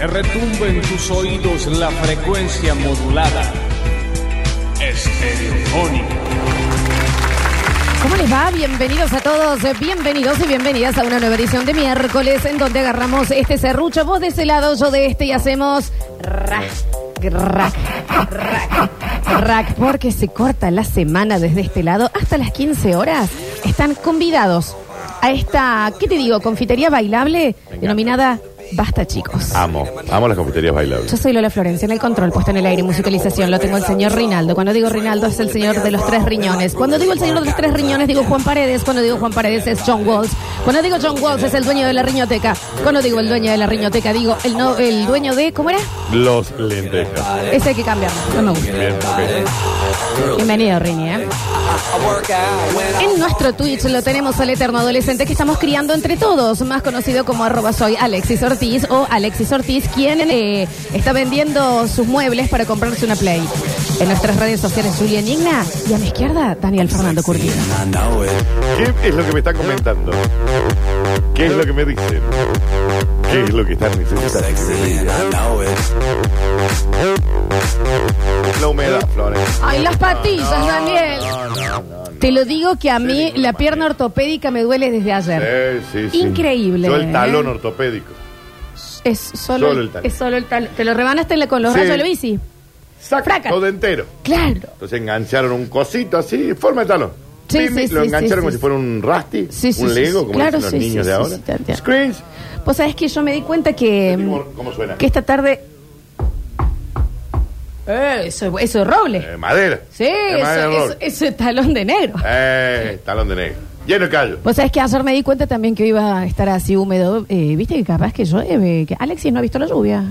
retumbe en tus oídos la frecuencia modulada. Estereofónica. ¿Cómo les va? Bienvenidos a todos, eh, bienvenidos y bienvenidas a una nueva edición de miércoles en donde agarramos este serrucho, vos de ese lado, yo de este y hacemos rack, rack, rack, rack, porque se corta la semana desde este lado hasta las 15 horas. Están convidados a esta, ¿qué te digo? Confitería bailable denominada Basta Chicos. Amo, amo las confiterías bailables. Yo soy Lola Florencia en el control, puesta en el aire y musicalización. Lo tengo el señor Rinaldo. Cuando digo Rinaldo es el señor de los tres riñones. Cuando digo el señor de los tres riñones digo Juan Paredes. Cuando digo Juan Paredes es John Walls. Cuando digo John Walls es el dueño de la riñoteca. Cuando digo el dueño de la riñoteca digo el, no, el dueño de... ¿Cómo era? Los lentejas. ¿eh? Ese hay que cambiar. No me gusta. Bien, ok. Bienvenido, Rini. ¿eh? En nuestro Twitch lo tenemos al eterno adolescente que estamos criando entre todos, más conocido como arroba soy Alexis Ortiz o Alexis Ortiz, quien eh, está vendiendo sus muebles para comprarse una Play. En nuestras redes sociales, Julián Igna y a mi izquierda, Daniel Fernando Curtino. ¿Qué es lo que me están comentando? ¿Qué es lo que me dicen? ¿Qué es lo que están necesitando? La humedad, Flores. Ay, las patillas, Daniel. Te lo digo que a mí la pierna ortopédica me duele desde ayer. Sí, sí, sí. Increíble, Yo el ¿eh? talón ortopédico. Es solo, Solo el talón. Es solo el talón. Te lo rebanaste la- con los Sí. rayos de la bici. Fraca. Todo entero. Claro. Entonces engancharon un cosito así, forma de talón. Sí, Pim, sí, lo sí, engancharon sí, como sí. si fuera un rasti, Sí, sí, un sí, lego, sí. como Claro, dicen los sí, niños sí, de sí, ahora. sí, te entiendo. Screens. Vos sabés que yo me di cuenta que, ¿Cómo, mm, cómo suena? que esta tarde. Eh, eso, eso es roble. Eh, madera. Sí, Eh, eso, madera eso- roble. eso es talón de negro. Eh, talón de negro. Lleno de callo. Vos sabés que ayer me di cuenta también que iba a estar así húmedo. Eh, Viste que capaz que yo. eh, que Alexis no ha visto la lluvia.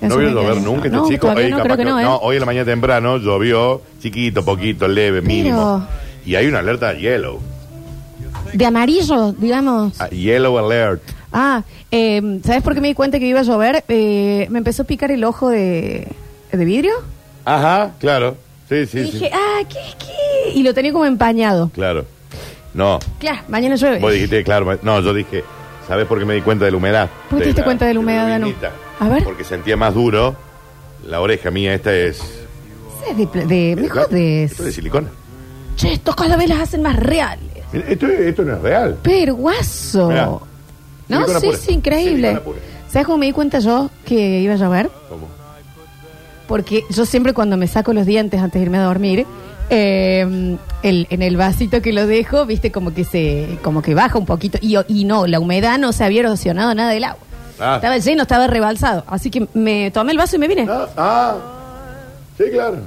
No Eso vio me queda. llover nunca este no, chico. todavía Ey, no, capaz creo que que- no, ¿eh? no, hoy en la mañana temprano llovió, chiquito, poquito, leve, mínimo. Y hay una alerta yellow. De amarillo, digamos. Ah, Yellow alert. Ah, eh, ¿sabes por qué me di cuenta que iba a llover? Eh, me empezó a picar el ojo de, de vidrio. Ajá, claro. Sí, y sí, dije, sí. ah, ¿qué es qué? Y lo tenía como empañado. Claro. No, Claro, mañana llueve. vos dijiste, claro. ma- No, yo dije, ¿sabés por qué me di cuenta de la humedad? ¿Por qué te diste cuenta de la humedad, Danu? lubinita. A ver. Porque sentía más duro. La oreja mía, esta es. Es de, pla- Eh, de- me jodes. Esto es de silicona. Che, estos cada vez las hacen más reales. Mira, Esto, esto no es real. Pero guaso. Mirá. No, Silicona sí, pura. sí, increíble. Silicona pura. ¿Sabes cómo me di cuenta yo que iba a llover? ¿Cómo? Porque yo siempre cuando me saco los dientes antes de irme a dormir, eh, el- en el vasito que lo dejo, viste, como que se, como que baja un poquito. Y, y no, la humedad no se había erosionado nada del agua. Ah. Estaba lleno, estaba rebalsado. Así que me tomé el vaso y me vine. Ah, ah. Sí, claro.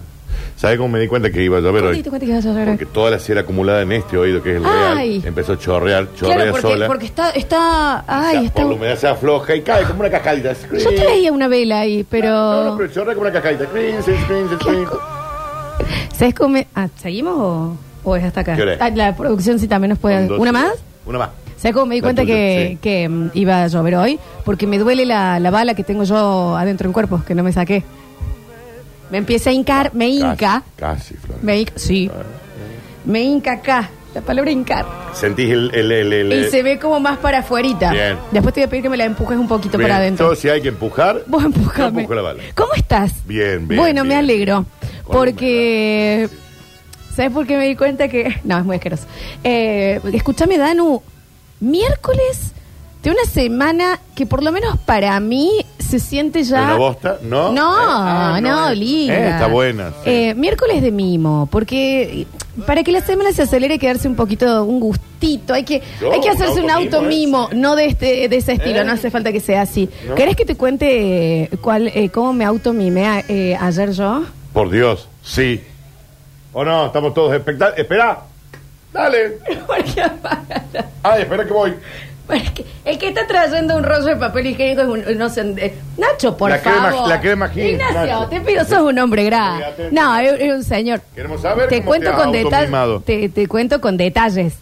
¿Sabés cómo me di cuenta que iba a llover ¿Cómo hoy? te diste cuenta que ibas a llover hoy? Porque toda la cera acumulada en este oído, que es el Ay. real, empezó a chorrear, chorrea Claro, porque, sola. porque está, está, ay, Ya, está. Por la humedad se afloja y cae como una cascadita. Yo te veía una vela ahí, No, no, pero. pero chorrea como una cascadita. Crin, crin, crin, crin, crin. ¿Sabes cómo? me- ah, ¿Seguimos o, o es hasta acá? ¿Qué hora es? Ah, la producción sí también nos Un, puede. dos, ¿Una tres. más? Una más. ¿Sabes cómo me di La cuenta tuya, que, sí. que, mm, iba a llover hoy? Porque me duele la, la bala que tengo yo adentro en cuerpo, que no me saqué. Me empieza a hincar, me hinca. Casi, casi Flor. Me hinca, sí. Me hinca acá. La palabra hincar. Sentís el. el, el, el- Y el- se ve como más para afuerita. Bien. Después te voy a pedir que me la empujes un poquito Bien, para adentro. yo, si hay que empujar. Vos yo empujame. empujo la bala. ¿Cómo estás? Bien, bien, Bueno, me bien. alegro. Con Porque. ¿Sabes por qué me di cuenta que.? No, es muy asqueroso. Eh, escúchame, Danu. Miércoles de una semana que, por lo menos para mí, se siente ya. ¿Una bosta? No. No, Eh, ah, no, eh. liga. Eh, está buena. sí. Eh, miércoles de mimo, porque eh, para que la semana se acelere y quedarse un poquito, un gustito, hay que, Yo, hay que un hacerse un auto automimo, mimo, no de este, de ese estilo, Eh. no hace falta que sea así. No. ¿Querés que te cuente eh, cuál, eh, cómo me automimé a- eh, ayer yo? Por Dios, sí. ¿O no? Estamos todos expectantes. Espera. Dale. Porque aparte- Ay, espera que voy. es que- el que está trayendo un rollo de papel higiénico es un no sé, eh, Nacho, por La crema- favor. la crema Gil, Ignacio, Nacho. te pido, sos un hombre grave. Cuídate. No, es, es un señor. Queremos saber Te cómo cuento te has con detalles. automimado. Te, te cuento con detalles.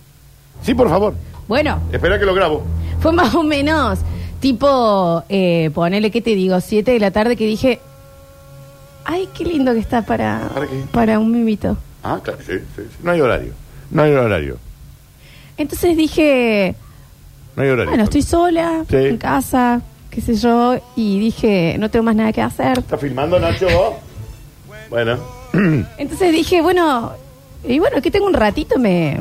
Sí, por favor. Bueno, Espera que lo grabo. Fue más o menos tipo, eh, ponele, ¿qué te digo? Siete de la tarde que dije, ay, qué lindo que está para, ¿Para qué? para un mimito. Ah, claro, sí, sí, sí. No hay horario. No hay horario. Entonces dije, No hay horario. bueno, estoy sola, Sí. en casa, qué sé yo, y dije, no tengo más nada que hacer. ¿Estás filmando, Nacho? vos? Bueno, Entonces dije, bueno, y bueno, aquí tengo un ratito, me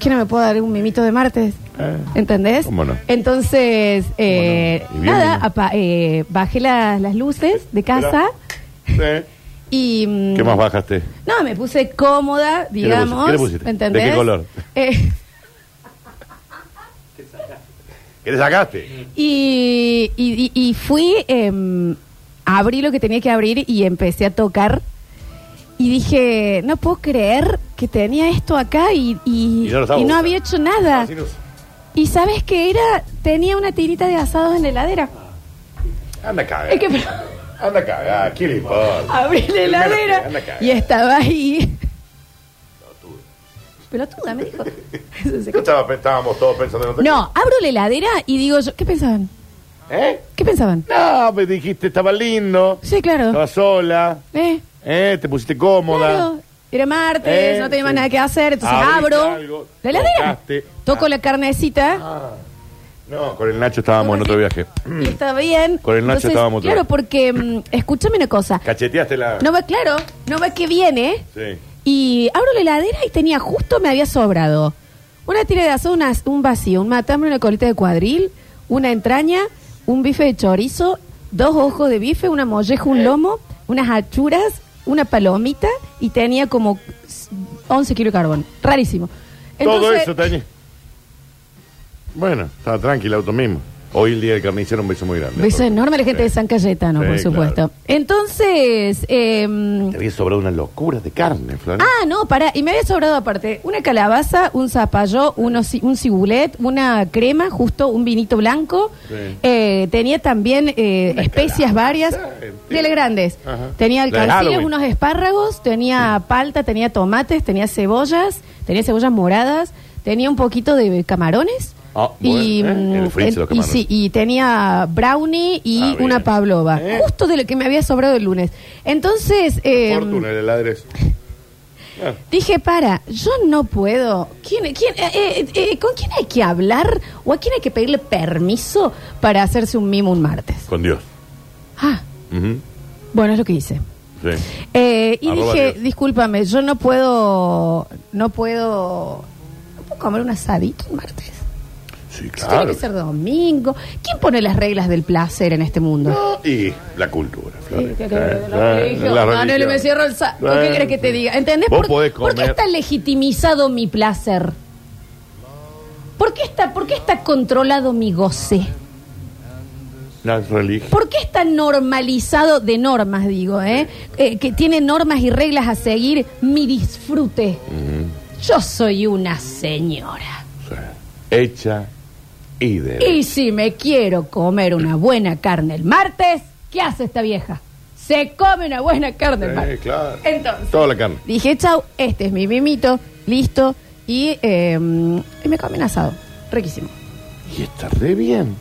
que no me puedo dar un mimito de martes. Eh, ¿Entendés? cómo no. Entonces, eh, ¿Cómo no? Y bien, nada, bien. apa- eh, bajé la- las luces de casa sí. y... mm, ¿qué más bajaste? No, me puse cómoda, le pusiste? digamos. ¿Qué le pusiste? ¿me ¿Entendés? ¿De qué color? Eh, ¿Qué le sacaste? y, y- y- y fui, em, abrí lo que tenía que abrir y empecé a tocar. Y dije, no puedo creer que tenía esto acá y, y- Y no lo estaba y no buscando. había hecho nada. Así no- Y sabes que era, tenía una tirita de asados en la heladera. Anda a cagar. Es que pero, Anda a cagar, ¿qué le importa? abrí la heladera Anda eh. a cagar. y estaba ahí. Pelotuda, me dijo. Se No secó. estaba- estábamos todos pensando en otra No, abro la heladera y digo yo, ¿qué pensaban? cosa. ¿Eh? ¿Qué pensaban? No, me dijiste, estaba lindo, Sí, claro. estaba sola, Eh, ¿eh? te pusiste cómoda. claro. Era martes, Eh, no tenía sí. más nada que hacer, entonces Abriste abro algo, la heladera. tocaste. Toco la carnecita No, con el Nacho estábamos en otro viaje. y está bien. Con el Nacho Entonces, estábamos otra Claro, vez. porque mm, escúchame una cosa. Cacheteaste la. No va, claro, no va que viene. Sí. Y abro la heladera y tenía justo, me había sobrado. Una tira de asado, una- un vacío, un matambre, una colita de cuadril, una entraña, un bife de chorizo, dos ojos de bife, una molleja, un lomo, unas achuras, una palomita y tenía como 11 kilos de carbón. Rarísimo. Todo Entonces, eso, Tani. Bueno, estaba tranquila, auto mismo. Hoy el día del carnicero, un beso muy grande. Beso enorme a la gente Sí. de San Cayetano, Sí, por supuesto. claro. Entonces, em, Te había sobrado una locura de carne, Flor. Ah, no, pará. Y me había sobrado aparte una calabaza, un zapallo, unos ci- un cibulet, una crema, justo un vinito blanco. Sí. Eh, tenía también eh, especias varias, de las grandes. Ajá. Tenía La de alcalciles, Halloween. unos espárragos, tenía palta, tenía tomates, tenía cebollas, tenía cebollas moradas, tenía un poquito de camarones. Ah, bueno, y, ¿eh? mm, El fritz de los y camarones. sí, y tenía brownie y Ah, bien. una pavlova. ¿Eh? Justo de lo que me había sobrado el lunes. Entonces... eh, Fortuna, el Ah, heladres. Dije, para, yo no puedo. ¿Quién, quién, eh, eh, eh, ¿Con quién hay que hablar o a quién hay que pedirle permiso para hacerse un mimo un martes? Con Dios. Ah, Ujú, bueno, es lo que hice. Sí. Eh, y Arroba dije, Dios. discúlpame, yo no puedo, no puedo, no puedo comer un asadito un martes. Sí, Esto claro. Tiene que ser domingo. ¿Quién pone las reglas del placer en este mundo? No, y la cultura, Flor. Sí, que- que- Eh, que- la- religión. la Manuel, religión. me cierro el saco. ¿Qué Eh, querés que te diga? ¿Entendés? Vos ¿Por, podés por qué comer. está legitimizado mi placer? ¿Por qué está, por qué está controlado mi goce? La religión. ¿Por qué está normalizado de normas, digo, eh? Eh, que tiene normas y reglas a seguir mi disfrute? Yo soy una señora. Sí. Hecha y derecha. Y si me quiero comer una buena carne el martes, ¿qué hace esta vieja? Se come una buena carne el martes. Eh, claro. Entonces. Toda la carne. Dije, chau, este es mi mimito, listo. Y, eh, y me comí un asado. Riquísimo. Y está re bien.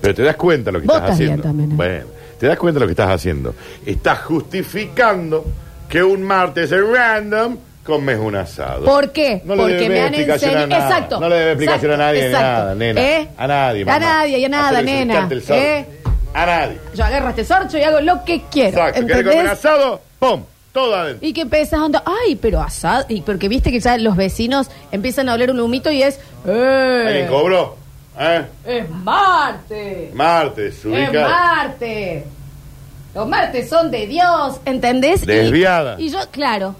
Pero te das cuenta lo que Vos estás estás bien haciendo. también, ¿eh? Bueno, te das cuenta lo que estás haciendo. Estás justificando que un martes en random comes un asado. ¿Por qué? Pues, No le Porque debes me han explicación a enseñado. nada. Exacto. No le debes explicación exacto, a nadie ni exacto. nada, nena. ¿Eh? A nadie, A mamá. nadie y a nada, Hacer que se le nena. cante el sol. ¿Eh? A nadie. Yo agarro este sorcho y hago lo que quiero. Exacto. ¿Querés comer ¿Entendés? asado? ¡Pum! Todo adentro. Y que empezás onda, ay, pero asado. Y porque viste que ya los vecinos empiezan a oler un humito y es. ¿Alguien ¡Eh! cobró? ¿Eh? ¡Es martes! Martes, Es ubicado. martes. Los martes son de Dios, ¿entendés? Y- Desviada. Y, yo, claro.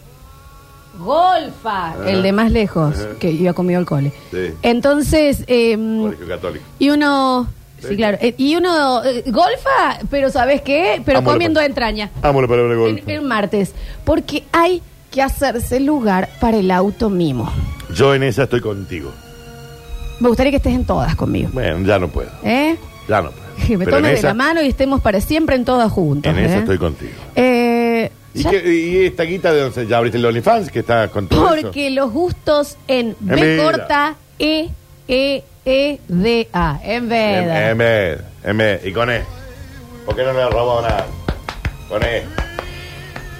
Golfa. El de más lejos, que iba comido al cole. Sí. Entonces, eh, Colegio Católico. y uno. Sí, Sí. claro. eh, y uno. eh, golfa, pero ¿sabes qué? Pero Amo la comiendo pa- entraña. Amo la palabra gol. El, martes. Porque hay que hacerse lugar para el auto mimo. Yo en esa estoy contigo. Me gustaría que estés en todas conmigo. Bueno, ya no puedo. ¿Eh? Ya no puedo. Que me Pero en tomes de esa- la mano y estemos para siempre en todas juntas. En eso ¿eh? estoy contigo. Eh, ¿Y, ya- qué- y esta guita de donde ya abriste el OnlyFans que está con todo porque los gustos en B En vida. corta E E E D A en eso? En- veda. en vez, en vez, y con E. ¿Por qué no le has robado nada? Con E.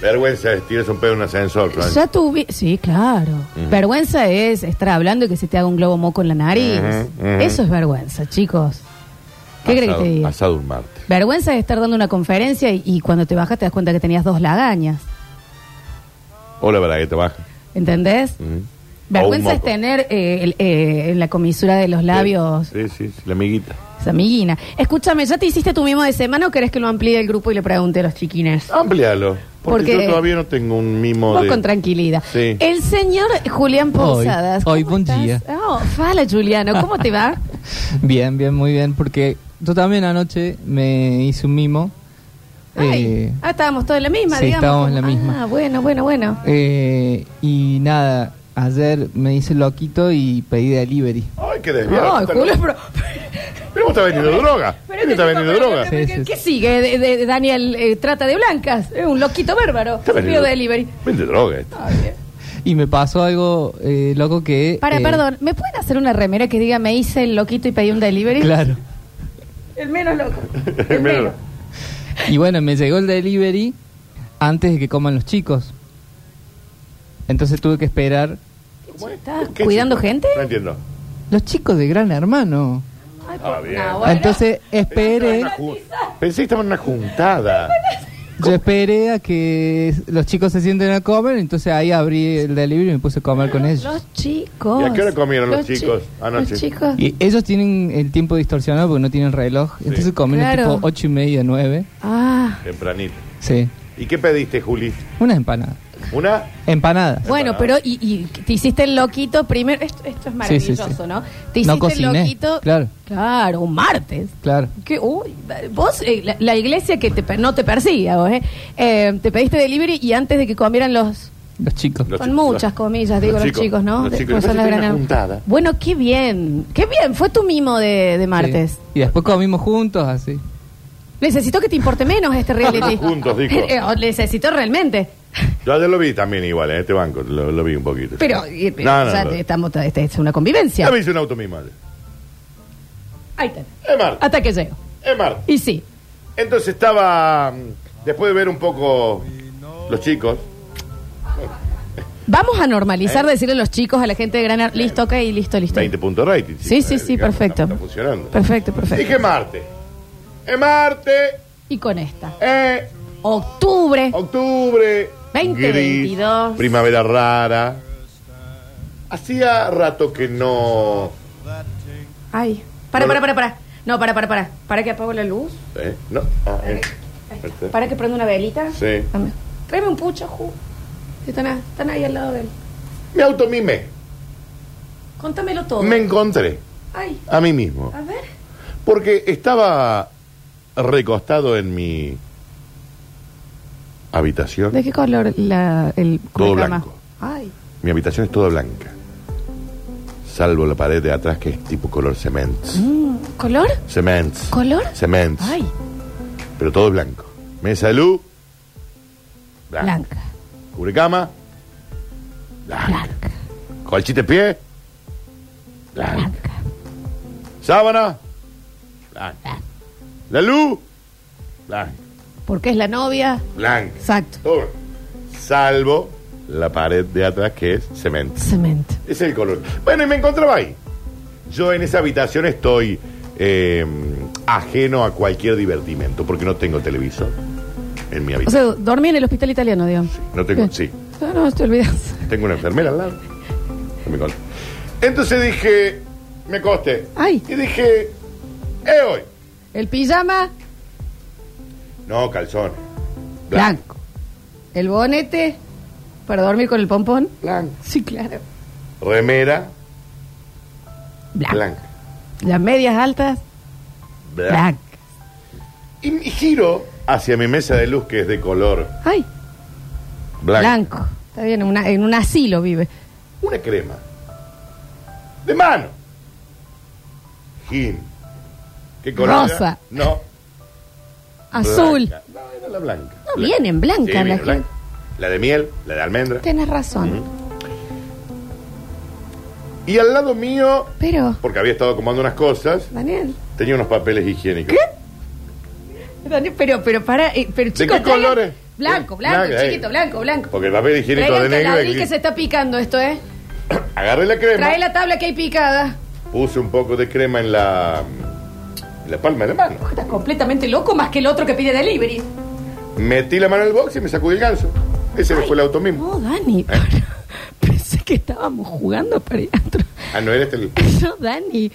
Vergüenza es tirarse un pedo en un ascensor, Florencia. Ya tuve, sí, claro. Vergüenza es estar hablando y que se te haga un globo moco en la nariz. Ujú, ujú. Eso es vergüenza, chicos. ¿Qué crees que asado- te diga? Asado un martes. Vergüenza de estar dando una conferencia y, y cuando te bajas te das cuenta que tenías dos lagañas. Hola, para que te baje. ¿Entendés? Mm. O Vergüenza un es moco. tener eh, el- eh, en la comisura de los labios Sí, sí, sí, la amiguita. esa amiguina. Escúchame, ¿ya te hiciste tu mismo de semana o querés que lo amplíe el grupo y le pregunte a los chiquines? Amplialo. Porque, Porque- yo todavía no tengo un mimo Vos de. con tranquilidad. Sí. El señor Julián Hoy, Posadas. hoy, ¿cómo buen estás? día. Oh, fala, Juliano, ¿cómo te va? Bien, bien, muy bien, porque yo también anoche me hice un mimo. Ay, Eh, ah, estábamos todos en la misma, sí, digamos. estábamos en la Ah, misma. bueno, bueno, bueno. eh, y nada, ayer me hice loquito y pedí delivery. Ay, qué desviado. Ay, Eh, está Julio, loco. pero... Pero vos estás vendiendo droga. pero Él está este vendiendo tipo, pero- droga. pero- Sí, ¿qué- sí, ¿Qué sigue? De- de- Daniel eh, trata de blancas. Es un loquito bárbaro. Está Mío vendiendo delivery. Vende droga esto. Y me pasó algo eh, loco que... Para, eh, perdón, ¿me pueden hacer una remera que diga me hice el loquito y pedí un delivery? Claro. El menos loco. El Menos menos. loco. Y bueno, me llegó el delivery antes de que coman los chicos. Entonces tuve que esperar. ¿Cómo es? ¿Estás ¿Qué cuidando es? gente? No entiendo. Los chicos de Gran Hermano. Ay, Ah, bien. no, bueno. Entonces esperé... Una ju- Pensé que estaba en una juntada. Yo esperé a que los chicos se sienten a comer, entonces ahí abrí el delivery y me puse a comer con ellos. Los chicos. ¿Y a qué hora comieron los chi- chicos Ah, anoche? Los chicos. Y ellos tienen el tiempo distorsionado porque no tienen reloj, entonces comen Claro. tipo ocho y media, nueve. Ah. Tempranito. Sí, ¿Y qué pediste, Juli? unas empanadas. ¿Una? Empanadas. Bueno, pero y, y te hiciste el loquito primero. Esto, esto es Sí, sí, maravilloso, sí. ¿no? Te hiciste No cociné, el loquito. claro. Claro, un martes. Claro. Que, uy, vos, eh, la, la iglesia que te, per- no te persiga, vos, eh, Eh, te pediste delivery y antes de que comieran los. Los chicos. Los con chicos, muchas los- comillas, los digo, los chicos, chicos, ¿no? los chicos. Pues Después son las se tiene una gran- juntada. Bueno, qué bien, qué bien, fue tu mimo de, de martes. Sí. Y después comimos juntos, así. Necesito que te importe menos este reality. Juntos, dijo. Eh, o necesito realmente. Yo ayer lo vi también igual, en este banco. Lo, lo vi un poquito. Pero eh, No, no, ya no. estamos, esta es una convivencia. Ya me hice un auto mi madre. Ahí está. Es martes. Hasta que llego. Es martes. Y sí. Entonces estaba, mm, después de ver un poco los chicos, Vamos a Eh. normalizar decirle a los chicos, a la gente de Granada, listo, ok, listo, listo. 20 puntos rating. Sí, sí, sí, digamos, perfecto. Está, está funcionando. Perfecto, perfecto. Dije martes. Es martes, Y con esta. eh, Octubre. octubre. 2022. gris, primavera rara. Hacía rato que no... Ay. Para, para, para, para. No, para, para, para. Para que apago la luz. ¿eh? No, ah, eh. Perfecto. Para que prenda una velita. Sí. Dame. Tráeme un pucho, Ju. Están, a- están ahí al lado de él. Me automimé. Contámelo todo. Me encontré Ay, a mí mismo. a ver. Porque estaba recostado en mi habitación. ¿De qué color la, el Todo la cama? blanco. Ay. Mi habitación es toda blanca. Salvo la pared de atrás que es tipo color cemento. Mm, ¿Color? Cemento. ¿Color? Cemento. Ay, Pero todo es blanco. Mesa de luz. Blanca. blanca. Cubrecama. Blanca. Blanca. Colchita de pie. Blanca. Blanca. Sábana. Blanca. La luz. Blanca. Porque es la novia. Blanca. Exacto. Todo blanco. Salvo la pared de atrás que es cemento. Cemento. Es el color. Bueno, y me encontraba ahí. Yo en esa habitación estoy eh, ajeno a cualquier divertimento, porque no tengo televisor en mi O habitación. sea, dormí en el hospital italiano, digamos. no tengo, Bien. sí, No, no, te olvidas. tengo una enfermera al lado. No me consta. Entonces dije, me coste. Ay. Y dije, eh hoy. El pijama, No, calzones. blanco. El bonete, para dormir con el pompón. Blanco. Sí, claro. Remera, Blanco. blanca. Las medias altas, Blanca. blanco. Y me giro hacia mi mesa de luz que es de color Ay, blanco. blanco. Está bien, en una- en un asilo vive. una crema de mano. Gin. ¿Qué color? era? Rosa. No. Azul. blanca. No, era la blanca. No, vienen blancas viene las blanca. La de miel, la de almendra. Tienes razón. Y al lado mío, Pero, porque había estado comando unas cosas, Daniel. tenía unos papeles higiénicos. Daniel, pero, pero para, eh, pero chicos, qué traigan- colores? Blanco, Eh, blanco, blanca, chiquito, eh. blanco, blanco. Porque el papel higiénico Traigan de negro. caladril es que se está picando esto, ¿eh? gris. Agarré la crema, Trae la tabla que hay picada. puse un poco de crema en mm, la en la palma de la mano. Vos estás completamente loco más que el otro que pide delivery. Metí la mano en el box y me sacudí el ganso. Ese fue el auto mismo. ¿Eh? No, Dani, para. pensé que estábamos jugando para ir atrás. Ah, no era este el. Eso, Dani. ¿Eh?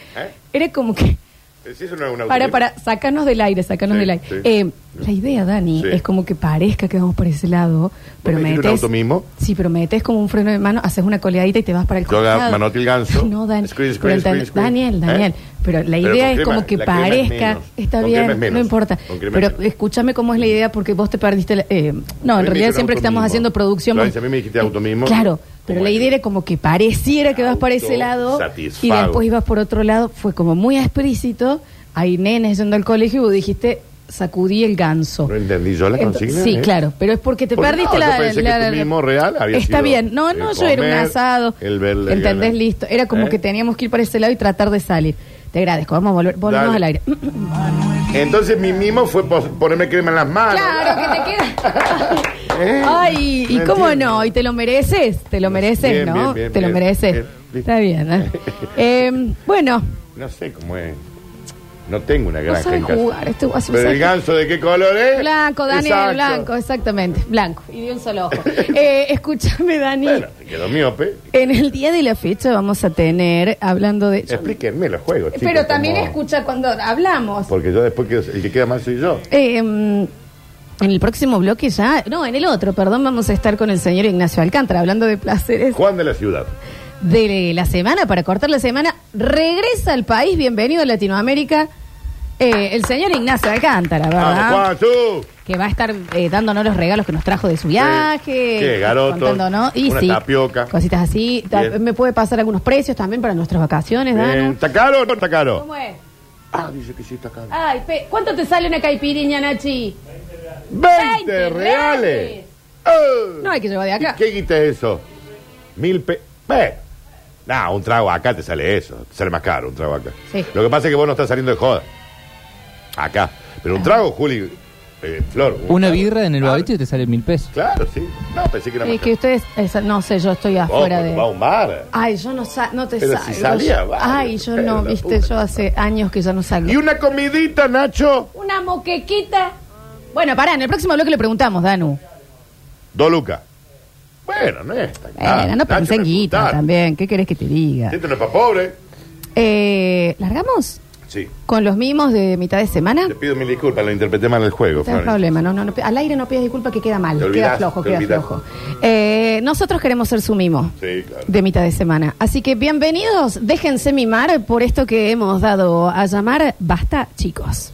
Era como que. pero si eso no era un auto Para, mismo. para, sacarnos del aire, sacarnos Sí, del aire. sí. Eh, la idea, Dani, Sí. es como que parezca que vamos por ese lado, pero me dijiste metes. un auto mismo? Sí, pero metes como un freno de mano, haces una coleadita y te vas para el Yo agarro costado. manote y el ganso. No, Dani. Squeeze, pero squeeze, enten- squeeze, squeeze. Daniel, ¿Eh? Daniel. Pero la Pero idea con es crema, como que la crema es parezca. menos. Está Con crema bien, es menos. no importa. Con crema es Pero menos. escúchame cómo es la idea, porque vos te perdiste. la- eh, no, A en mí me realidad dijeron siempre que auto estamos mismo. haciendo producción. eh, Florencia, a mí me dijiste auto mismo. Claro, pero Como la el- idea era como que pareciera que vas para ese Auto lado y satisfago. después ibas por otro lado. Fue como muy explícito. Hay nenes yendo al colegio y vos dijiste, sacudí el ganso. No entendí yo la Ento- consigna. sí, ¿eh? claro, pero es porque te Porque perdiste no, yo la, pensé que la- tu mismo real había Está sido bien, no, el no, yo era un comer, asado. el verle, ¿Entendés? ganar. Listo. Era como ¿Eh? que teníamos que ir para ese lado y tratar de salir. Te agradezco, vamos a volver, volvemos Dale. Ah, al aire. Entonces mi mimo fue pos- ponerme crema en las manos. Claro, que te Eh, queda. Ay, ¿y no cómo entiendo. no? ¿Y te lo mereces? Te lo mereces, Bien, ¿no? bien, bien, te lo bien, mereces. bien, bien. Está bien, ¿eh? Eh, bueno, No sé cómo es. No tengo una no granja sabes en casa. jugar. Este hace un Pero el saque. ganso de qué color es? Blanco, Dani, Exacto. blanco, exactamente. Blanco. Y de un solo ojo. Eh, escúchame, Dani. Bueno, te quedó miope. En el día de la fecha vamos a tener, hablando de... Explíquenme los juegos, chicos. pero también cómo- escucha cuando hablamos. Porque yo después quedo- el que queda mal soy yo. Eh, en el próximo bloque ya... No, en el otro, perdón, vamos a estar con el señor Ignacio Alcántara hablando de placeres Juan de la ciudad. de la semana. Para cortar la semana, regresa al país. Bienvenido a Latinoamérica. eh, el señor Ignacio Alcántara, ¿verdad? Vamos, Juan, tú. que va a estar eh, dándonos los regalos que nos trajo de su viaje. Qué garotos, contándonos, y una sí, tapioca. Cositas así. Ta- Bien. me puede pasar algunos precios también para nuestras vacaciones, Bien. Dana. ¿Está caro o no está caro? ¿Cómo es? Ah, dice que sí está caro. Ay, pe- ¿cuánto te sale una caipirinha, Nachi? 20 20 reales. reales. ¡Eh! No hay que llevar de acá. ¿Y ¿Qué guita es eso? Mil pe... Ve. Nah, un trago acá te sale eso. Te sale más caro un trago acá. Sí. Lo que pasa es que vos no estás saliendo de joda. Acá. Pero Ah. un trago, Juli, eh, Flor. un Una trago. birra en el Ah, babito y te sale mil pesos. Claro, sí. No, pensé que era más Eh, que ustedes, esa- no sé, yo estoy caro. Vos, afuera cuando de. vas a un bar. Ay, yo no, sa- no te Pero salgo. si salía, Yo- vale, Ay, yo no, pero la viste, puta. yo hace años que ya no salgo. Y una comidita, Nacho. Una moquequita. Bueno, pará, en el próximo bloque le preguntamos, Danu. Dos lucas. Bueno, no es Eh, tan caro. Bueno, no pensé en Ah, Nacho, guita no es tan- también. ¿Qué querés que te diga? Esto no es para pobre. Eh, ¿Largamos? Sí. ¿Con los mimos de mitad de semana? Te pido mil disculpas, lo interpreté mal el juego, No hay Flor. problema, no, no, no, al aire no pidas disculpas que queda mal, Te queda olvidás, flojo, te queda olvidás. flojo. Eh, nosotros queremos ser su mimo Sí, claro. de mitad de semana, así que bienvenidos, déjense mimar por esto que hemos dado a llamar Basta, chicos.